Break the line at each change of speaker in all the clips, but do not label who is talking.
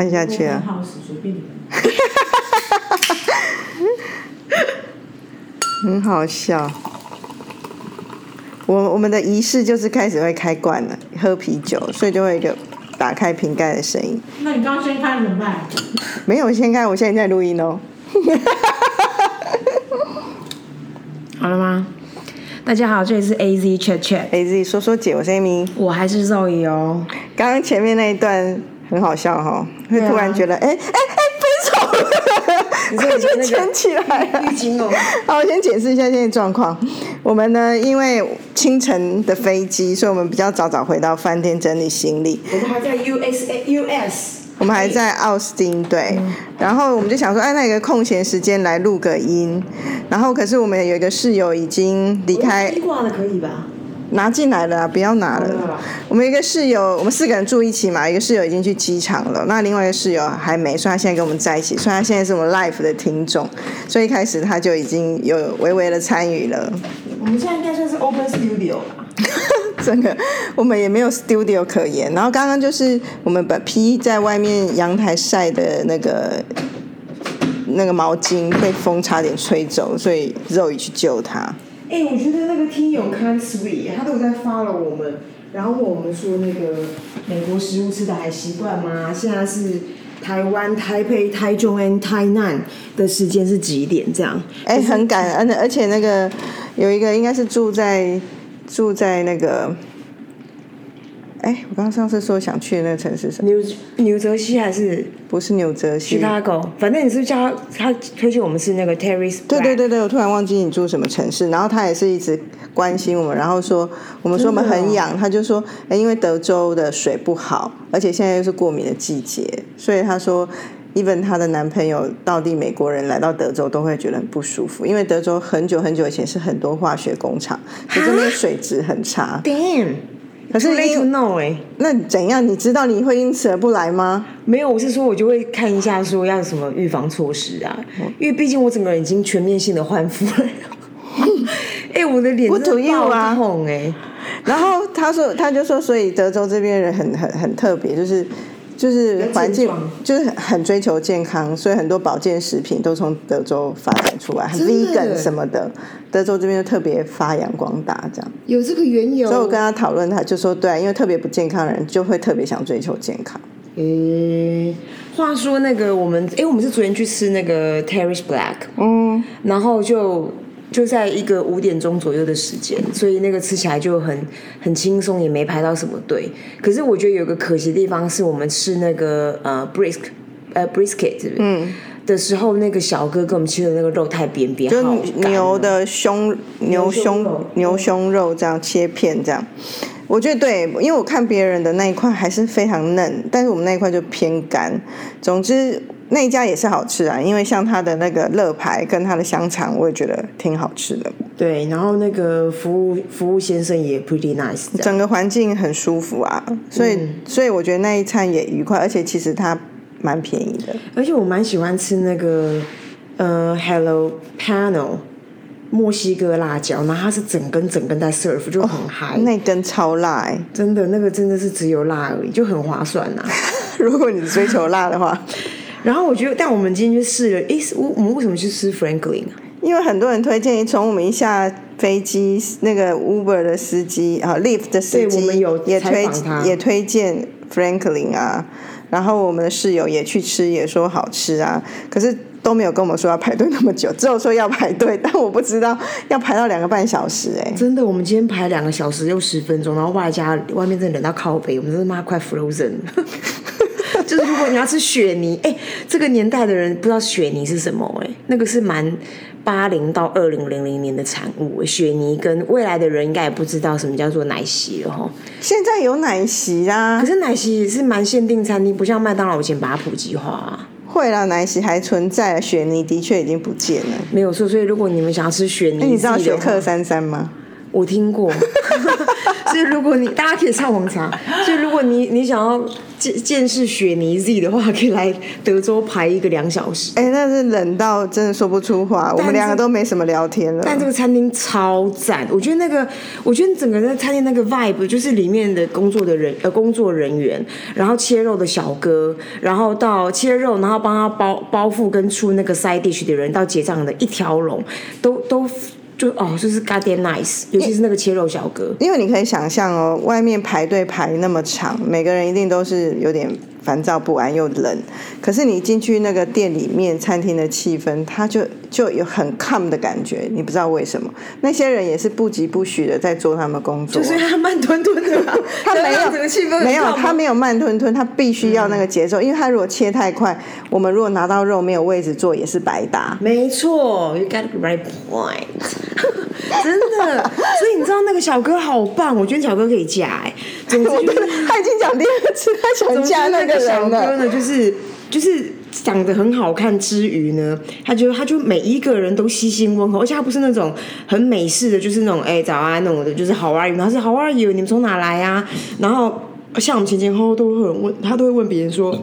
看下去啊！
好使，随便你们。嗯
很好笑。我我们的仪式就是开始会开罐了，喝啤酒，所以就会有一个打开瓶盖的声音。
那你刚刚先看怎么办？
没有，先开，我现在在录音哦。
好了吗？大家好，这里是 A Z Chat Chat，
A Z 哎说说姐，我是 Amy。
我还是 Zoe 哦。
刚刚前面那一段很好笑哈、会
对啊
突然觉得，哎哎哎，分手了，
你说
快
你的
去
那个
捡起来啊！
浴巾哦
好，我先解释一下现在状况。我们呢，因为清晨的飞机，所以我们比较早早回到饭店整理行李。
我们还在 USA US，
我们还在奥斯汀，对。
嗯
然后我们就想说，哎，那有个空闲时间来录个音。然后可是我们有一个室友已经离开，
挂的可以吧？
拿进来了啊、不要拿
真的
了
啊。
我们一个室友，我们四个人住一起嘛，一个室友已经去机场了，那另外一个室友还没，所以他现在跟我们在一起，所以他现在是我们 live 的听众，所以一开始他就已经有微微的参与了。
我们现在应该算是 Open Studio 吧？
真的，我们也没有 studio 可言。然后刚刚就是我们把披在外面阳台晒的那个那个毛巾被风差点吹走，所以肉 o 去救他。
哎、我觉得那个听友 Can Sweet，他都有在发了我们，然后问我们说那个美国食物吃的还习惯吗？现在是台湾、台北、台中 and 台南的时间是几点？这样，
哎、很感恩的，而且那个有一个应该是住在住在那个，哎、我刚刚上次说想去的那个城市是什么？
纽纽泽西还是
不是纽泽西。
Chicago？反正你是不是叫他，他推荐我们是那个 Terry s
对对对对，我突然忘记你住什么城市，然后他也是一直关心我们，然后说我们说我们很痒，他就说，哎，因为德州的水不好，而且现在又是过敏的季节，所以他说，even 她的男朋友到地美国人来到德州都会觉得很不舒服，因为德州很久很久以前是很多化学工厂，所以这边水质很 差。
Damn，
可是
too late to
因
know 哎、
那怎样？你知道你会因此而不来吗？
没有，我是说，我就会看一下说要有什么预防措施啊，因为毕竟我整个人已经全面性的恢复 了。哎、我的脸
Good to
真的
you 啊
爆痛哎、
然后他说，他就说，所以德州这边人很很很特别，就是就是环境
比较健
就是很追求健康，所以很多保健食品都从德州发展出来很
真的
，vegan 什么的，德州这边就特别发扬光大这样。
有这个缘由。
所以我跟他讨论，他就说，对啊、因为特别不健康的人就会特别想追求健康。
嗯，话说那个我们，哎、我们是昨天去吃那个 Terry's Black，嗯，然后就就在一个五点钟左右的时间，所以那个吃起来就很很轻松，也没排到什么队。可是我觉得有个可惜的地方是我们吃那个呃 brisk，呃 brisket，是不是嗯。的时候，那个小哥给我们吃的那个肉太扁扁，
就
好干
牛的胸、牛
胸
胸
肉、
牛胸肉这样切片这样。我觉得对，因为我看别人的那一块还是非常嫩，但是我们那一块就偏干。总之那一家也是好吃啊，因为像它的那个乐牌跟它的香肠，我也觉得挺好吃的，
对，然后那个服务服务先生也 pretty nice，这样
整个环境很舒服啊，所以、
嗯
所以我觉得那一餐也愉快，而且其实它蛮便宜的。
而且我蛮喜欢吃那个呃 Hello Pano 墨西哥辣椒，然后它是整根整根在 serve，就
哦
很嗨、
那根超辣、欸，
真的那个真的是只有辣而已，就很划算呐、
如果你追求辣的话。
然后我觉得，但我们今天去试了，诶，我我们为什么去吃 Franklin 啊？
因为很多人推荐，从我们一下飞机，那个 Uber 的司机啊，Lyft 的司机，
对我们有
也
采
推
访他
也推荐 Franklin 啊，然后我们的室友也去吃，也说好吃啊，可是都没有跟我们说要排队那么久，只有说要排队，但我不知道要排到两个半小时哎、
真的，我们今天排两个小时又十分钟，然后外加外面真的冷到靠北，我们真的妈快 frozen 了。就是如果你要吃雪泥，哎、这个年代的人不知道雪泥是什么、哎，那个是蛮八零到二零零零年的产物、哎雪泥跟未来的人应该也不知道什么叫做奶昔了哈。
现在有奶昔啊
可，是奶昔也是蛮限定餐厅，不像麦当劳以前把它普及化、啊，
会啦，奶昔还存在，雪泥的确已经不见了。哎
没哎有错。所以如果你们想要吃雪泥，
那你知道雪
克
克三三吗？
我听过，所以如果你大家可以上网查，所以如果你你想要见见识雪泥 Z 的话，可以来德州排一个两小时。
哎、那是冷到真的说不出话，我们两个都没什么聊天了。
但这个餐厅超赞，我觉得那个，我觉得整个那餐厅那个 vibe 就是里面的工作的人呃工作人员，然后切肉的小哥，然后到切肉，然后帮他包包覆跟出那个 side dish 的人，到结账的一条龙，都都就哦，就是 goddamn nice，尤其是那个切肉小哥。
因为你可以想象哦，外面排队排那么长，每个人一定都是有点烦躁不安又冷。可是你进去那个店里面餐厅的气氛，它就就有很 calm 的感觉，你不知道为什么。那些人也是不疾不徐的在做他们工作，
就是他慢吞吞的嘛，
他没
这
有
样整个气氛很啊
没有
燥吗
他没有慢吞吞，他必须要那个节奏，因为他如果切太快，我们如果拿到肉没有位置坐也是白 搭。
没错，You got the right point，真的。所以你知道那个小哥好棒，我觉得小哥可以嫁哎、总之
我
就
都
是，
他已经讲第二次，他
总
想
之
嫁
那
个
个小
人
哥
了。
呢，就是就是长得很好看之余呢，他就他就每一个人都细心问候，而且他不是那种很美式的，就是那种哎、早安那种的，就是 How are you，他是 How are you，你们从哪来啊？然后像我们前前后后都会很问，他都会问别人说。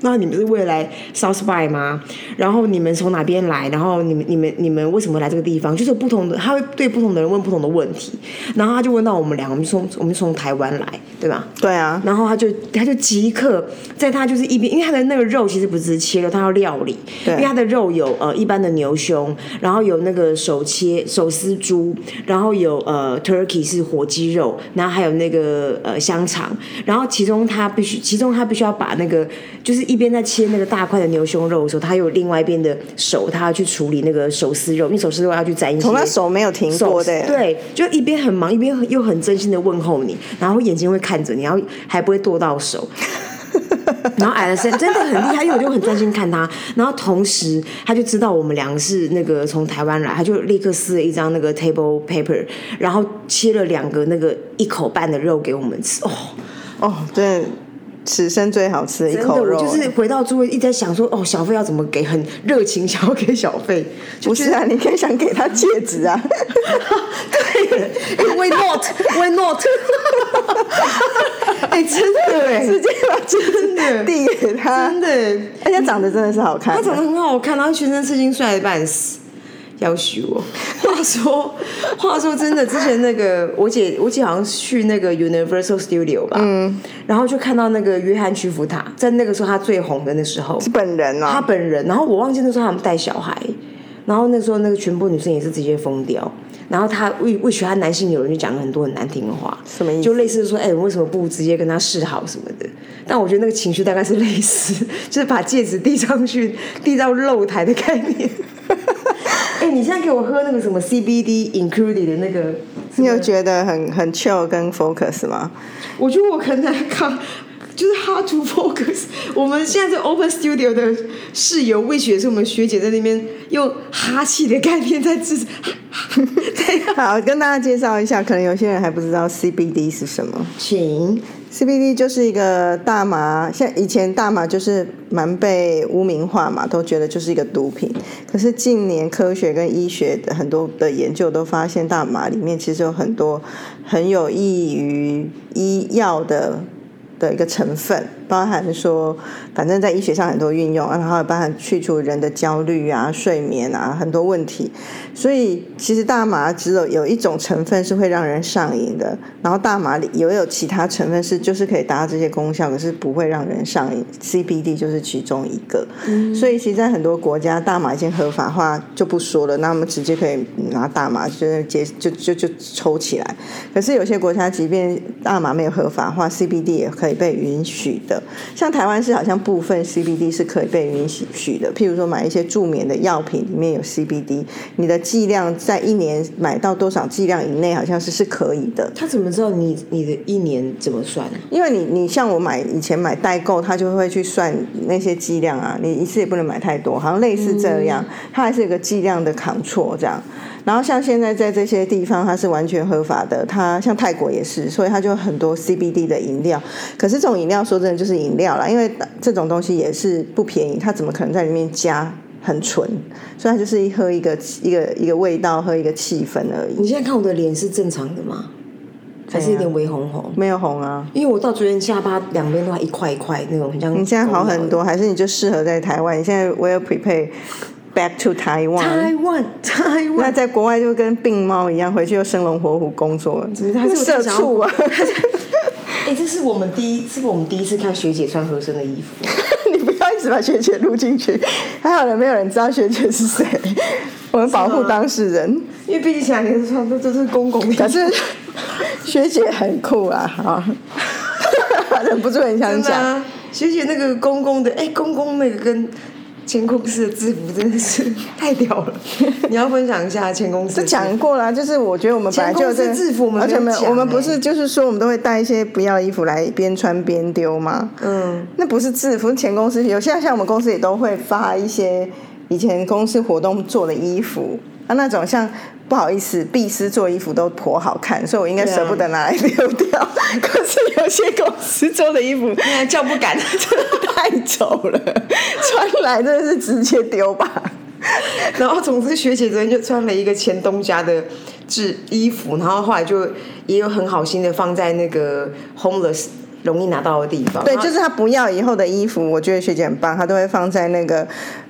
那你们是未来 South by 吗？然后你们从哪边来？然后你们、你们、你们为什么来这个地方？就是有不同的，他会对不同的人问不同的问题。然后他就问到我们两个，我们就从我们就从台湾来，对吧？
对啊，
然后他就他就即刻在他就是一边，因为他的那个肉其实不是切肉，他要料理，
对
因为他的肉有呃一般的牛胸，然后有那个手切手撕猪，然后有呃 turkey 是火鸡肉，然后还有那个呃香肠，然后其中他必须其中他必须要把那个就是一边在切那个大块的牛胸肉的时候，他有另外一边的手，他要去处理那个手撕肉，因为手撕肉要去沾一些
从他手没有停
手
过的。
对，就一边很忙，一边又很真心的问候你，然后眼睛会看着你，然后还不会剁到手。 然后艾德森真的很厉害，因为我就很专心看他。然后同时，他就知道我们两个是那个从台湾来，他就立刻撕了一张那个 table paper，然后切了两个那个一口半的肉给我们吃。哦，
哦，真的，此生最好吃的一
真
口
的，
肉
我
了。
就是回到座位一直在想说，哦，小费要怎么给，很热情想要给小费，就
不是 啊？你可以想给他戒指啊，
欸 Why not? Why not? 哎、真的哎、
直接把戒指 递给他。
真的欸，
而且长得真的是好看啊
他
的，
长得很好看，然后全身刺青，帅的半死。要许 我，话说，话说真的，之前那个我姐，我姐好像去那个 Universal Studio 吧，嗯，然后就看到那个约翰屈服塔，在那个时候他最红的那时候，
是本人
他
啊。
本人，然后我忘记那时候他们带小孩，然后那时候那个全部女生也是直接疯掉，然后他为为许他男性友人就讲了很多很难听的话，
什么意思
就类似说，哎、你为什么不直接跟他示好什么的？但我觉得那个情绪大概是类似， 就是把戒指递上去，递到露台的概念。 哎、你现在给我喝那个什么 CBD included 的那个，
你有觉得很很 chill 跟 focus 吗？
我觉得我可能还扛，就是 hard to focus。我 们现在在 Open Studio 的室友魏雪是我们学姐在那边用哈气的概念在制， 在
好，跟大家介绍一下，可能有些人还不知道 CBD 是什么。
请
CBD 就是一个大麻，像以前大麻就是蛮被污名化嘛，都觉得就是一个毒品。可是近年科学跟医学的很多的研究都发现，大麻里面其实有很多很有益于医药的的一个成分，包含说，反正在医学上很多运用，啊然后包含去除人的焦虑啊、睡眠啊很多问题。所以其实大麻只有有一种成分是会让人上瘾的，然后大麻里也有其他成分是就是可以达到这些功效，可是不会让人上瘾。CBD 就是其中一个。所以其实，在很多国家，大麻已经合法化就不说了，那我们直接可以拿大麻就是接就就就抽起来。可是有些国家，即便大麻没有合法化，CBD 也可以被允许的。像台湾是好像部分 CBD 是可以被允许的，譬如说买一些助眠的药品里面有 CBD，你的剂量在一年买到多少剂量以内，好像是是可以的。
他怎么知道你你的一年怎么算？啊
因为你你像我买以前买代购，他就会去算那些剂量啊，你一次也不能买太多，好像类似这样，它还是有个剂量的扛错这样。然后像现在在这些地方，它是完全合法的，它像泰国也是，所以它就有很多 CBD 的饮料。可是这种饮料说真的就是饮料啦，因为这种东西也是不便宜，它怎么可能在里面加很纯？所以它就是一喝一个一个一个味道，喝一个气氛而已。
你现在看我的脸是正常的吗？还是有点微红红。
没有红啊。
因为我到昨天下巴两边都还一块一块那种，很像
你现在好很嗯多，还是你就适合在台湾？你现在 well prepare back to 台
啊
湾。
台湾，台
那
湾，
在国外就跟病猫一样，回去又生龙活虎工作，
还是
社畜啊！
哎、这是我们第一，这是我们第一次看学姐穿合身的衣服。
你不要一直把学姐录进去，还好人没有人知道学姐是 谁，我们保护当事人。
因为毕竟前两天穿的都是公共的，
可是学姐很酷啊，啊， 忍不住很想
真的
讲。
啊。学姐那个公公的，哎、公公那个跟前公司的制服真的是太屌 了。你要分享一下前公司
这
的制服
讲过啦，就是我觉得我们本来就有这
前公司制服我们
而且
没有讲
我们不
欸
是就是说我们都会带一些不要的衣服来边穿边丢吗？
嗯，
那不是制服，是前公司有像像我们公司也都会发一些以前公司活动做的衣服啊，那种像不好意思，必思做衣服都颇好看，所以我应该
对啊
舍不得拿来丢掉。 可是有些公司做的衣服
叫不 敢。
真的太丑了，穿来真的是直接丢吧。
然后，总之，学姐昨天就穿了一个前东家的制衣服，然后后来就也有很好心的放在那个 homeless 容易拿到的地方。
对，
然后
就是他不要以后的衣服，我觉得学姐很棒，她都会放在那个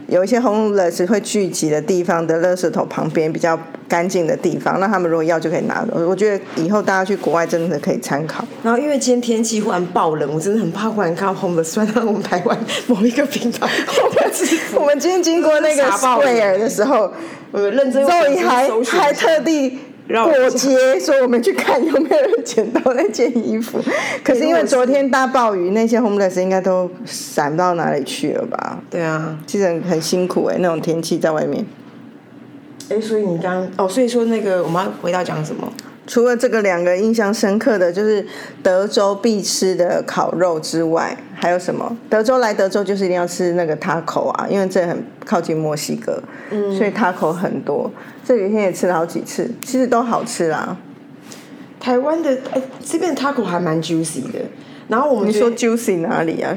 有一些 homeless 会聚集的地方的垃圾桶旁边比较干净的地方，那他们如果要就可以拿走。我觉得以后大家去国外真的可以参考。
然后因为今天天气忽然爆冷，我真的很怕忽然看到 homeless 穿到我们台湾某一个平台 homeless 制服
我们今天经过那个
真是傻爆了
Square 的时候，
我有认真
周
我
怡还
搜寻一下
还特地。
让我
过街，说我们去看有没有人捡到那件衣服。可是因为昨天大暴雨，那些 homeless 应该都散不到哪里去了吧？
对啊，
其实很很辛苦哎、那种天气在外面。
哎，所以你刚哦，所以说那个我们要回到讲什么？
除了这个两个印象深刻的就是德州必吃的烤肉之外，还有什么？德州来德州就是一定要吃那个 taco 啊，因为这很靠近墨西哥，所以 taco 很多。这几天也吃了好几次，其实都好吃啦。
台湾的哎，这边的 taco 还蛮 juicy 的。然后我们
你
觉
说
得，
juicy 哪里啊？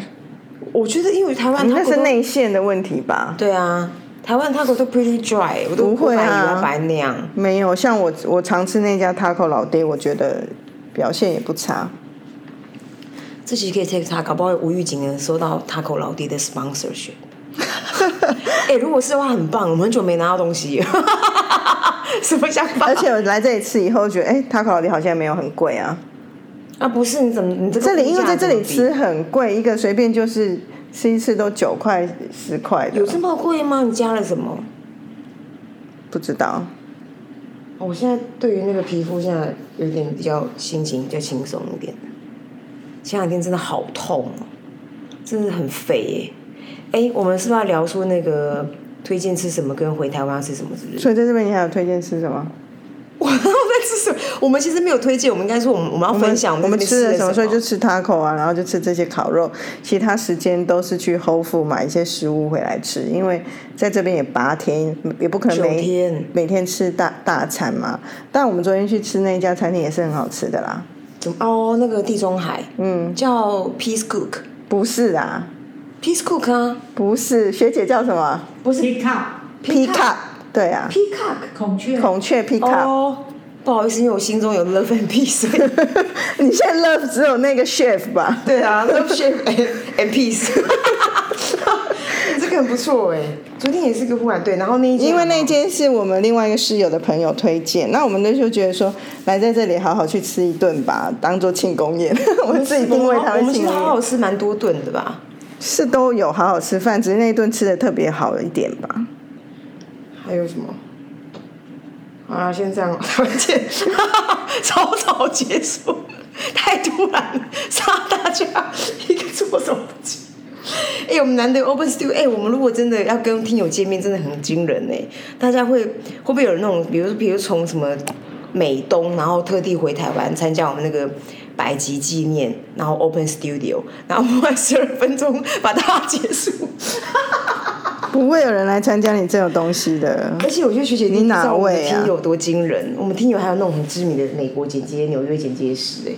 我觉得因为台湾 taco
那是
都
内馅的问题吧？
对啊，台湾 taco 都 pretty dry，我都
不会啊
我本来以为要白那样。
没有，像我我常吃那家 taco 老爹，我觉得表现也不 差。
这期可以 take 他，搞不好无预警的收到 taco 老爹的 sponsorship。哎、如果是的话，很棒，我们很久没拿到东西 了，什么想法？
而且我来这里吃以后，觉得哎、t a c o 老爹好像没有很贵啊。
啊，不是你怎么你这个
这里
物
因
价
为在这
怎
里
么比
吃很贵，一个随便就是吃一次都九块十块的
有，这么贵吗？你加了什么？
不知道。
我现在对于那个皮肤现在有点比较心情比较轻松一点。前两天真的好痛哦，真的很肥耶、哎、我们是不是要聊说那个推荐吃什么跟回台湾要吃什么之类的？
所以在这边你还有推荐吃什么？
我然后在吃什么？我们其实没有推荐，我们应该说我们我们要分享
我们
在这
吃
边
了
了
什么？所以就吃 taco 啊，然后就吃这些烤肉，其他时间都是去 Whole Food 买一些食物回来吃，因为在这边也八天，也不可能
九
每
天
每天吃大大餐嘛。但我们昨天去吃那家餐厅也是很好吃的啦。
怎么哦，那个地中海，嗯，叫 Peace Cook，Peace
不是啊，
Cook 啊，
不是，学姐叫什么
不是
Pick up，
？Peacock，对啊，
Peacock
孔雀，
孔雀 Peacock。
哦。不好意思，因为我心中有 love and peace。
你现在 love 只有那个 chef 吧？
对啊，love shape and, and peace。这个很不错哎，昨天也是个忽然对，然后那一间
欸因为那间是我们另外一个室友的朋友推荐，那我们就觉得说，来在这里好好去吃一顿吧，当做庆功宴。 我们自己定位它
我
为
们其
庆
实
功
好
宴，
好吃蛮多顿的吧。
是都有好好吃饭，只是那一顿吃的特别好一点吧。
还有什么？好啦，先这样， 再见，草草结束，太突然了，杀大家一个措手不及。哎、我们难得 Open Studio，哎、我们如果真的要跟听友见面，真的很惊人哎、大家会会不会有那种，比如比如从什么美东，然后特地回台湾参加我们那个百集纪念，然后 Open Studio，然后我们快十二分钟把它结束。
不会有人来参加你这种东西的。
而且我觉得学姐
你
你
哪
我们
位啊
听友多惊人，我们听友还有那种很知名的美国剪接、纽约剪接师哎、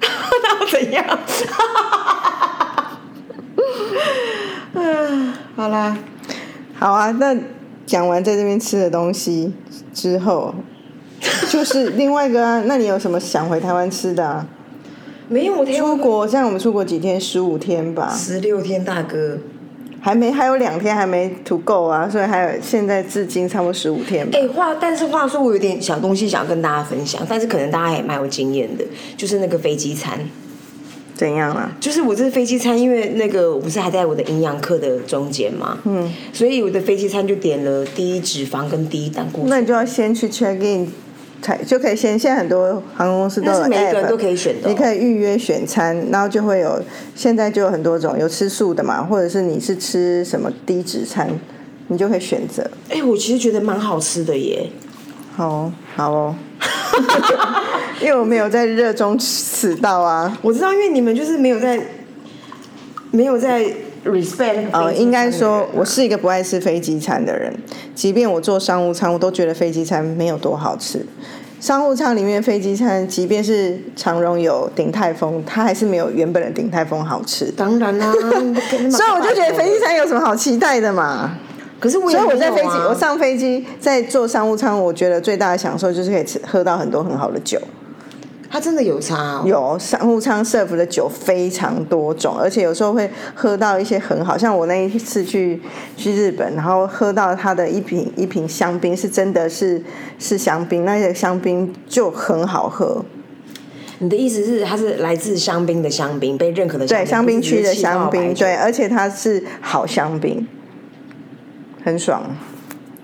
那要怎样？啊，好啦，
好啊，那讲完在这边吃的东西之后，就是另外一个啊。那你有什么想回台湾吃的、啊？
没有，我啊
出国，现在我们出国几天？十五天吧，
十六天大哥。
还没，还有两天还没涂够啊，所以还有现在至今差不多十五天吧
哎、。话但是话说，我有点小东西想跟大家分享，但是可能大家也蛮有经验的，就是那个飞机餐。
怎样啊啦、
就是我这飞机餐，因为那个我不是还在我的营养课的中间嘛，嗯，所以我的飞机餐就点了低脂肪跟低胆固醇。
那你就要先去 check in，才就可以先。现在很多航空公司都有 app，
那是每一个人都可以选的哦
你可以预约选餐，然后就会有现在就有很多种，有吃素的嘛，或者是你是吃什么低脂餐，你就可以选择。
哎、我其实觉得蛮好吃的耶。
好哦好哦， 因为我没有在热衷此道啊。
我知道，因为你们就是没有在，没有在 respect 那个飞机餐的
呃，
人啊
应该说，我是一个不爱吃飞机餐的人，即便我坐商务舱，我都觉得飞机餐没有多好吃。商务舱里面的飞机餐，即便是长荣有鼎泰丰，它还是没有原本的鼎泰丰好吃。
当然 啦、
所
所
以我就觉得飞机，餐有什么好期待的嘛？
可是我也
所以
没有啊、
我在飞机，我上飞机在坐商务舱，我觉得最大的享受就是可以吃喝到很多很好的酒。
它真的有差、哦，
有商务舱 serve 的酒非常多种，而且有时候会喝到一些很好，像我那一次去去日本，然后喝到它的一瓶一瓶香槟，是真的是是香槟，那些香槟就很好喝，
你的意思是它是来自香槟的香槟，被认可的
对，香槟区的香
不
槟，
是只是气泡白
对，
酒
而且它是好香槟，很爽。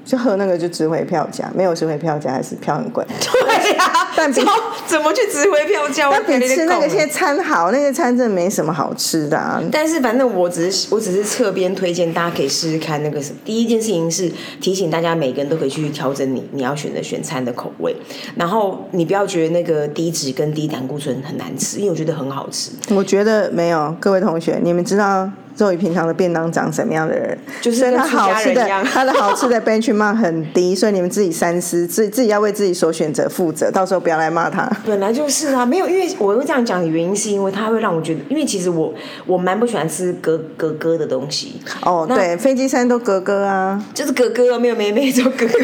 就喝那个就值回票价，没有值回票价还是票很贵，
对呀、
但比
怎么怎么去值回票价？我
但比
觉得有点
吃那个
恐
些餐好，那个餐真的没什么好吃的啊。
但是反正我只是我只是侧边推荐大家可以试试看那个什么。第一件事情是提醒大家，每个人都可以去调整你你要选的选餐的口味，然后你不要觉得那个低脂跟低胆固醇很难吃，因为我觉得很好吃，
我觉得没有，各位同学，你们知道肉宇平常的便当长什么样的人？
就是
所以
跟
他
自家
好吃
人
的
一 样
他的好吃的 benchmark 很低，所以你们自己三思，自自己要为自己所选择负责，到时候不要来骂他。
本来就是啊，没有，因为我会这样讲的原因是因为它会让我觉得，因为其实我我蛮不喜欢吃格格格的东西，
哦，
那
对，飞机餐都格格啊，
就是格格没有妹妹，就格格，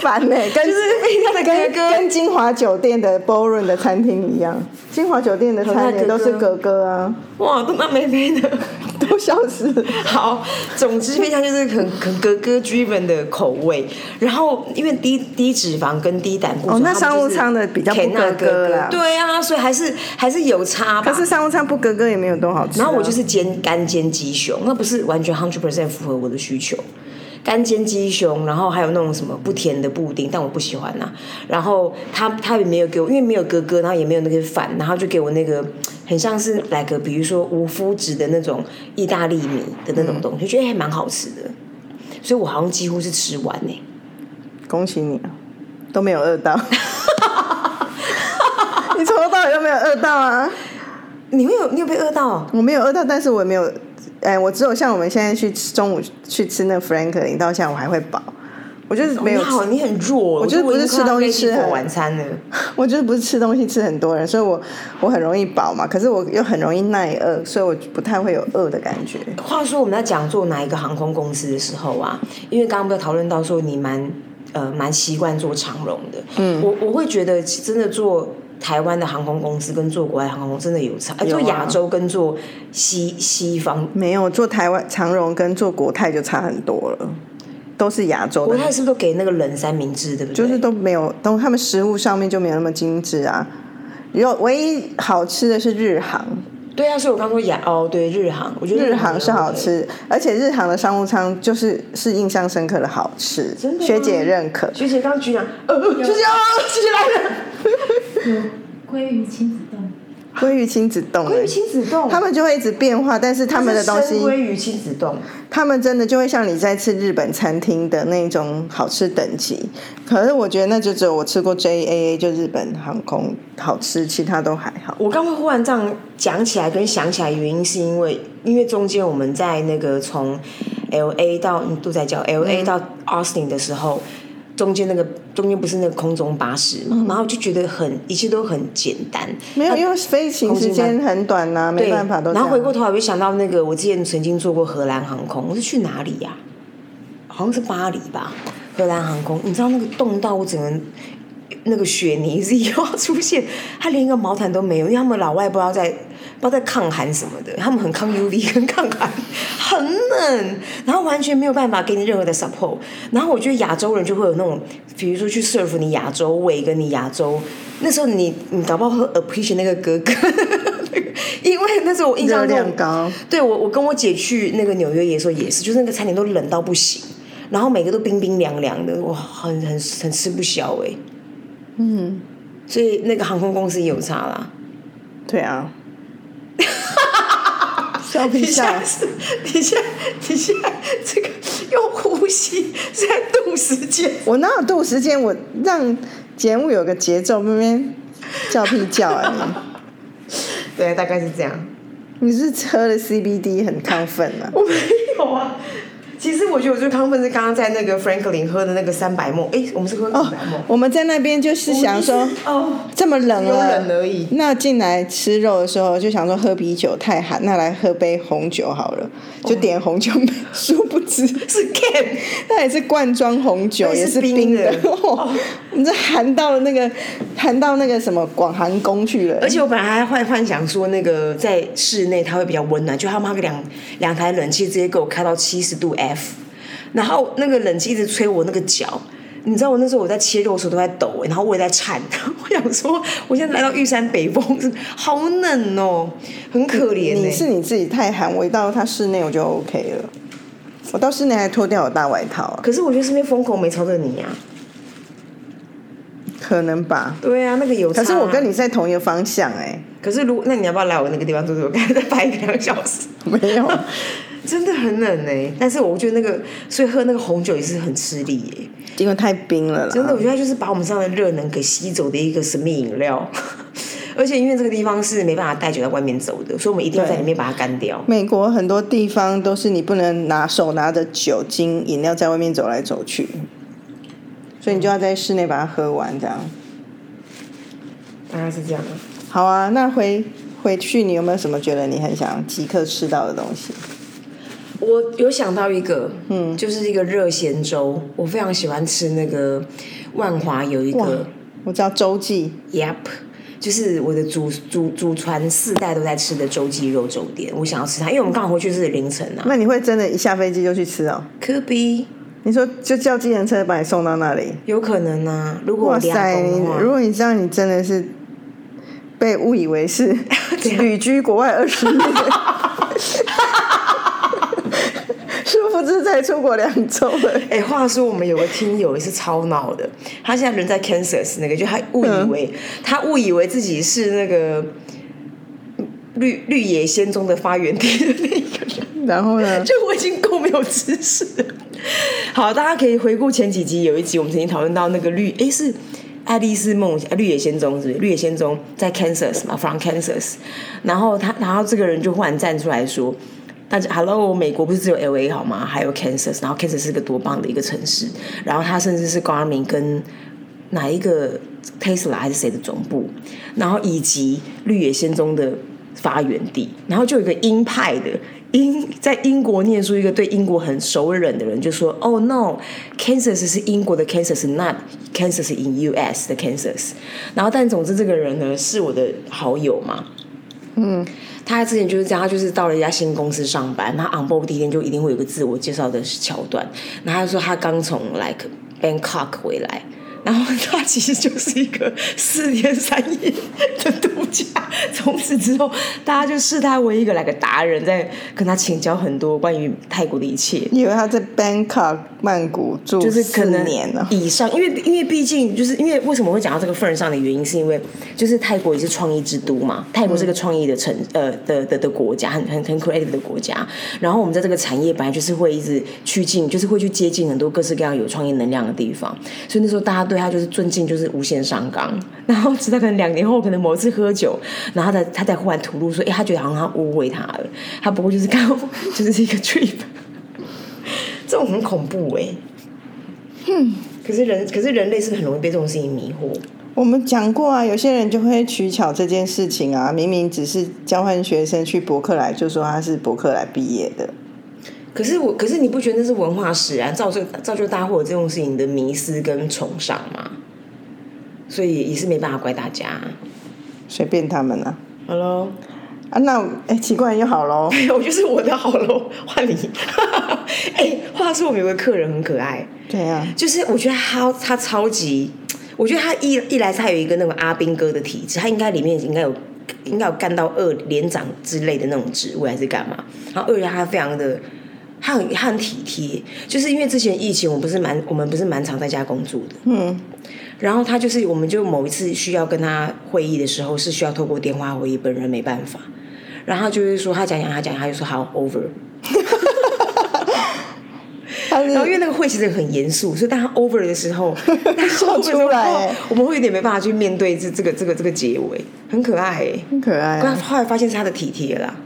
烦呢、跟
就是非常的格
跟
格。
跟金华酒店的 b o r o n 的餐厅一样，金华酒店的餐也都是格格啊，
哇，都那妹妹的。
都消失。
好，总之非常就是很很格格 driven 的口味，然后因为低低脂肪跟低胆固醇，
哦那
他们
商务
就是
舱的比较不
甜辣
格格啦
对啊，所以还是还是有差吧
可。是商务舱不格格也没有多好吃、啊
然后我就。是啊煎干煎鸡胸，那不是完全 hundred percent 符合我的需求。干煎鸡胸，然后还有那种什么不甜的布丁，但我不喜欢呐、然后他他也没有给我，因为没有哥哥，然后也没有那个饭，然后就给我那个很像是来个比如说无麸质的那种意大利米的那种东西，觉得还蛮好吃的。所以我好像几乎是吃完欸呢、
恭喜你啊，都没有饿到。 你从头到尾都没有饿到啊！
你会有你有被饿到？
我没有饿到，但是我也没有，哎，我只有像我们现在去吃中午去吃那 Franklin，到下午还会饱。我就是没有
你
吃，
好，你很弱哦、
我
我
就是不是吃东西吃
过
很
晚餐了。
我就是不是吃东西吃很多人，所以我我很容易饱嘛，可是我又很容易耐饿，所以我不太会有饿的感觉。
话说我们在讲做哪一个航空公司的时候啊，因为刚刚不是讨论到说你蛮呃蛮习惯做长荣的，嗯，我我会觉得真的做台湾的航空公司跟做国外航空公司真的有差，呃
有啊
做亚洲跟做西西方，
没有做台湾长荣跟做国泰就差很多了，都是亚洲
国
的，
泰是不是都给那个冷三明治，对不对？
就是都没有，都他们食物上面就没有那么精致啊。有唯一好吃的是日航，
对啊，所以我刚说亚哦，对日航，我觉得
日航是好
的，
吃，而且日航的商务舱就是是印象深刻的好吃
真的，吗
学姐认可。啊
学姐刚刚局长，呃，学姐哦，学姐来了，
鲑鱼亲子冻，
鲑鱼亲子冻、
鲑鱼
欸，
亲子冻，
他们就会一直变化，但是他们的东
它是生鲑
西，
鱼亲子冻，
他们真的就会像你在吃日本餐厅的那种好吃等级。可是我觉得那就只有我吃过 JAA 就日本航空好吃，其他都还好。
我刚会忽然这样讲起来跟想起来，原因是因为因为中间我们在那个从 L A 到嗯都在叫 L A 到 Austin 的时候，中间那个中间不是那个空中巴士嘛，然后就觉得很一切都很简单，
嗯没有，因为飞行时间很短呐、没
对，
办法都这
然
样。
后回过头来我就想到那个我之前曾经坐过荷兰航空，我是去哪里呀、好像是巴黎吧。荷兰航空，你知道那个冻到我整个人那个雪泥是又要出现， 他连一个毛毯都没有，因为他们老外不知道在不知道在抗寒什么的，他 们很抗 UV 跟抗寒，很冷，然后完全没有办法给你任何的 support。然后我觉得亚洲人就会有那种，比如说去 serve 你亚洲味跟你亚洲，那时候你你搞不好会 appreciate 那个哥 哥。因为那时候我印
热
象中
量高，
对我，我跟我姐去那个纽约也说也是，就是那个餐点都冷到不行，然后每个都冰冰凉凉的，哇，很很很吃不消哎、嗯，所以那个航空公司也有差啦。
对 啊，笑屁
你现
笑，
在是，你现在你现在这个用呼吸是在度时间，
我哪有度时间？我让节目有个节奏，那边叫屁叫而已。
对，大概是这样。
你是喝了 CBD 很亢奋吗？
我没有啊。其实我觉得我最亢奋是刚刚在那个 Franklin 喝的那个三百梦，哎，我们是喝三
哦
百梦，，
我们在那边就是想说，
哦，
这么冷
只有
了，
冷而已
那进来吃肉的时候就想说喝啤酒太寒，那来喝杯红酒好了，就点红酒。殊不知，
哦是 Cam，
那也是罐装红酒，
那
也
是
是
冰
冰
的
哦我们这寒到了那个寒到那个什么广寒宫去了。
而且我本来还幻幻想说，那个在室内它会比较温暖，就他们那个两两台冷气直接给我开到七十度 F，然后那个冷气一直吹我那个脚。你知道我那时候我在切肉的时候都在抖、然后我也在颤。 我想说，我现在来到玉山北峰，好冷哦，很可怜、欸。
你是你自己太寒，我一到他室内我就 OK 了。我到室内还脱掉我大外套啊，
可是我觉得身边风口没朝着你啊。
可能吧。
对啊，那个有、
可是我跟
你，
你在同一个方向哎、
可是如那你要不要来我那个地方住住？我刚才再拍一个两个小时。
没有，
真的很冷哎、 但是我觉得那个，所以喝那个红酒也是很吃力耶、
因为太冰了啦。
真的，我觉得它就是把我们身上的热能给吸走的一个神秘饮料。 而且因为这个地方是没办法带酒在外面走的，所以我们一定要在里面把它干掉。
美国很多地方都是你不能拿手拿着酒精饮料在外面走来走去，所以你就要在室内把它喝完。这样
大概是这样啊。
好啊。那回回去你有没有什么觉得你很想即刻吃到的东西？
我有想到一个，嗯，就是一个热咸粥，我非常喜欢吃那个万华有一
哇
个
我知道周记，
Yep，就是我的祖祖祖传四代都在吃的周记肉粥店，我想要吃它，因为我们刚好回去是凌晨啊。
那你会真的一下飞机就去吃哦？
Could be
你说就叫计程车把你送到那里？
有可能啊，如果我
哇
俩
塞！
公
你
的话
如果你知道你真的是被误以为 是
啊
旅居国外二十年， 殊不知才出国两周了。
哎、话说我们有个听友也是超闹的，他现在人在 Kansas 那个，就他误以为、他误以为自己是那个绿绿野仙踪的发源地的那个人。
然后 呢？
就我已经够没有知识了。好，大家可以回顾前几集，有一集我们曾经讨论到那个绿，诶，是《爱丽丝梦》啊，《绿野仙踪》是不是？《绿野仙踪》在 Kansas 嘛，from Kansas。然后他，然后这个人就忽然站出来说。大家，Hello，美国不是只有 LA 好吗？还有 Kansas，然后 Kansas 是个多棒的一个城市，然后它甚至是 Garmin 跟哪一个 Tesla 还是谁的总部，然后以及绿野仙踪的发源地，然后就有一个鹰派的英在英国念书一个对英国很熟稔的人就说：“Oh no，Kansas 是英国的 Kansas，not Kansas in US 的 Kansas。”然后但总之这个人呢是我的好友嘛，他之前就是这样，他就是到了一家新公司上班，他 on board 第一天就一定会有个自我介绍的桥段，然后他就说他刚从 like Bangkok 回来。然后他其实就是一个四天三夜的度假，从此之后，大家就视他为一个来个达人，在跟他请教很多关于泰国的一切。
你以为他在 Bangkok 曼谷住
就是可
四
能
年呢？
以上，因为因为毕竟就是因为为什么会讲到这个份儿上的原因，是因为就是泰国也是创意之都嘛，泰国是个
嗯
创意的城、呃的的的国家，很很很 creative 的国家。然后我们在这个产业本来就是会一直趋近，就是会去接近很多各式各样有创意能量的地方，所以那时候大家对他就是尊敬，就是无限上纲。然后直到可能两年后，可能某一次喝酒，然后他才他才忽然吐露说，哎、他觉得好像他误会他了，他不过就是刚 就是一个 trip，这种很恐怖哎、可是人，可是人类是不是很容易被这种事情迷惑？
我们讲过啊，有些人就会取巧这件事情啊，明明只是交换学生去伯克莱，就说他是伯克莱毕业的。
可是我，可是你不觉得那是文化使然，造就造就大家会有这种事情的迷思跟崇尚吗？所以也是没办法怪大家。
随便他们啊。
好喽，
啊，那我哎、奇怪又好喽。
我就是我的好喽，换你。 哎、话说我们有个客人很可爱，
对呀、
就是我觉得他他超级，我觉得他一一来是他有一个那种阿兵哥的体质，他应该里面应该有应该有干到二连长之类的那种职位还是干嘛？然后二来他非常的。他很他很体贴，就是因为之前疫情，我们不是蛮我们不是蛮常在家工作的，
嗯，
然后他就是，我们就某一次需要跟他会议的时候，是需要透过电话会议，本人没办法。然后他就会说他讲讲他讲，他就说好 over。
他是
然后因为那个会其实很严肃，所以当他 over 的时 候，他
笑
over 的时候
出来
我们会有点没办法去面对这这个这个这个结尾，很可爱、欸。
很可爱、
后
啊。
后来发现是他的体贴啦，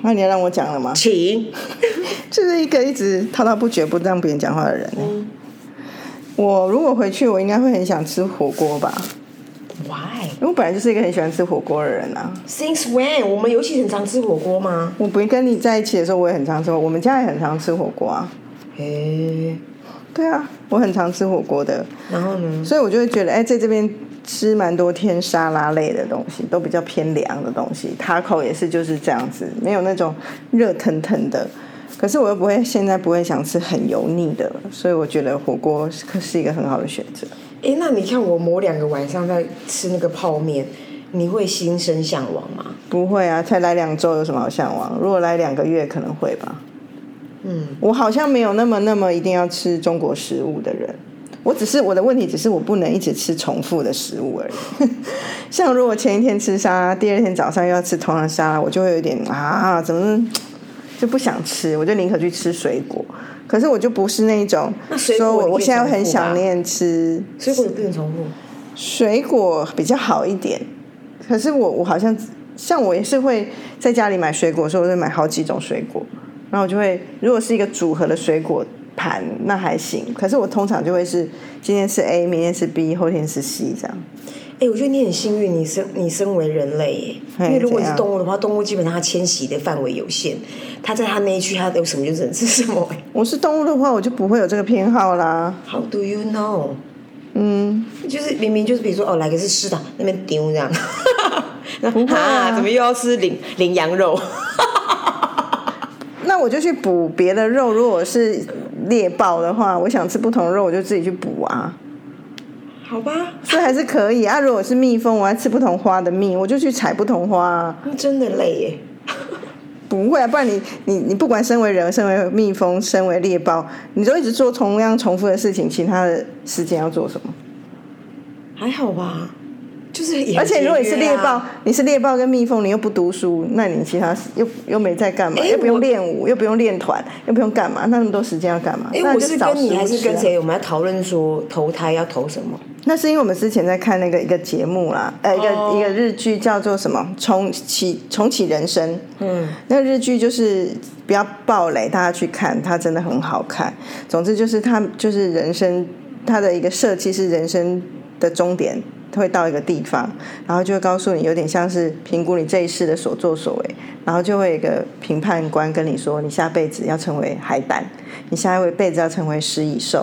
那你要让我讲了 吗？
请
就是一个一直滔滔不绝不让别人讲话的人、欸。我如果回去，我应该会很想吃火锅吧，
why
因为我本来就是一个很喜欢吃火锅的人啊。
since when 我们尤其很常吃火锅吗？
我不跟你在一起的时候，我也很常吃火，我们家也很常吃火锅啊。
诶，
对啊，我很常吃火锅的，
然后呢？
所以我就会觉得，哎、在这边吃蛮多天沙拉类的东西，都比较偏凉的东西。taco 也是就是这样子，没有那种热腾腾的。可是我又不会，现在不会想吃很油腻的，所以我觉得火锅是是一个很好的选择。
哎，那你看我某两个晚上在吃那个泡面，你会心生向往吗？
不会啊，才来两周有什么好向往？如果来两个月可能会吧。嗯，我好像没有那么那么一定要吃中国食物的人。我只是我的问题只是我不能一直吃重复的食物而已。 像如果前一天吃沙拉，第二天早上又要吃同样的沙拉，我就会有点啊，怎么就不想吃？我就宁可去吃水果。可是我就不是那一种
那水果
说我
你可以
我现在很
重复吧
想念吃
水果也不能重复。
水果比较好一点，可是我我好像像我也是会在家里买水果的时候，我会买好几种水果，然后我就会如果是一个组合的水果盘那还行，可是我通常就会是今天是 A，明天是 B，后天是 C 这样。
哎、我觉得你很幸运，你身你身为人类耶，
嘿
因为如果你
怎样
是动物的话，动物基本上它迁徙的范围有限，它在它那一区它有什么就只能吃什么。
我是动物的话，我就不会有这个偏好啦。
How do you know？
嗯，
就是明明就是比如说哦，来个是狮的那边丢这样， 那
不会啊
怎么又要吃羚羚羊肉？
那我就去补别的肉。如果是猎豹的话，我想吃不同的肉，我就自己去补啊。
好吧，
所以还是可以啊。如果是蜜蜂，我要吃不同花的蜜，我就去采不同花、啊。
那真的累耶。
不会啊，不然你你你不管身为人、身为蜜蜂、身为猎豹，你都一直做同样重复的事情，其他的时间要做什么？
还好吧，就是也
而
很节约啊、
且如果你是猎豹，你是猎豹跟蜜蜂，你又不读书，那你其他又又没在干嘛？
诶
又不用
我
练舞，又不用练团，又不用干嘛？那那么多时间要干嘛？
哎、
那
我
就是找
跟你
食物
还是
吃啊
跟谁？我们还讨论说投胎要投什么？
那是因为我们之前在看那个一个节目啦，呃，一个、
哦
一个日剧叫做什么《重启重启人生》。嗯，那个日剧就是不要暴雷，大家去看，它真的很好看。总之就是它就是人生，它的一个设计是人生的终点。会到一个地方，然后就会告诉你，有点像是评估你这一世的所作所为，然后就会有一个评判官跟你说，你下辈子要成为海胆，你下一辈子要成为食蚁兽，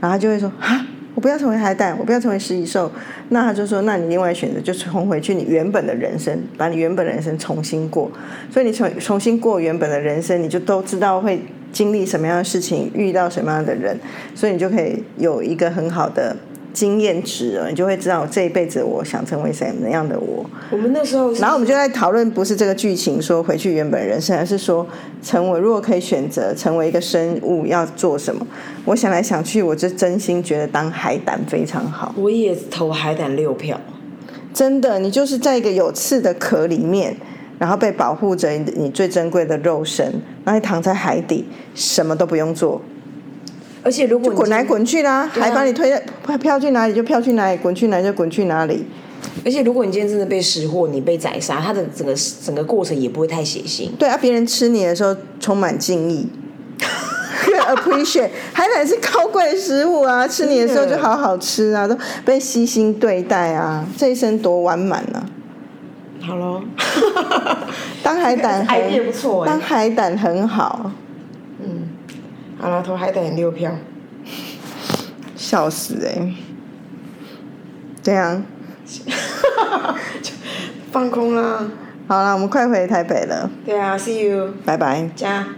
然后他就会说啊，我不要成为海胆，我不要成为食蚁兽。那他就说，那你另外选择就重回去你原本的人生，把你原本的人生重新过。所以你重重新过原本的人生，你就都知道会经历什么样的事情，遇到什么样的人，所以你就可以有一个很好的。经验值了，你就会知道我这一辈子我想成为什么样的我。
我们那时候是
然后我们就在讨论，不是这个剧情说回去原本人生，而是说成为如果可以选择成为一个生物要做什么。我想来想去，我就真心觉得当海胆非常好，
我也投海胆六票，
真的，你就是在一个有刺的壳里面。然后被保护着你你最珍贵的肉身，然后你躺在海底，什么都不用做，
而且如果你
滚来
今
滚去啦，
对啊
还把你推到飘去哪里就飘去哪里，滚去哪里就滚去哪里。
而且如果你今天真的被识货，你被宰杀，它的整个整个过程也不会太血腥。
对啊，别人吃你的时候充满敬 意，appreciate。海胆是高贵的食物啊，吃你的时候就好好吃啊，都被悉心对待啊，这一生多完满 啊！
好喽，
当海胆很
这个 idea 不错欸
当海胆很好。
嗯，好了，投海胆也六票。
笑死啊哎、怎样？
放空啦。
好了，我们快回台北了，
对啊，See you，
拜拜。
加。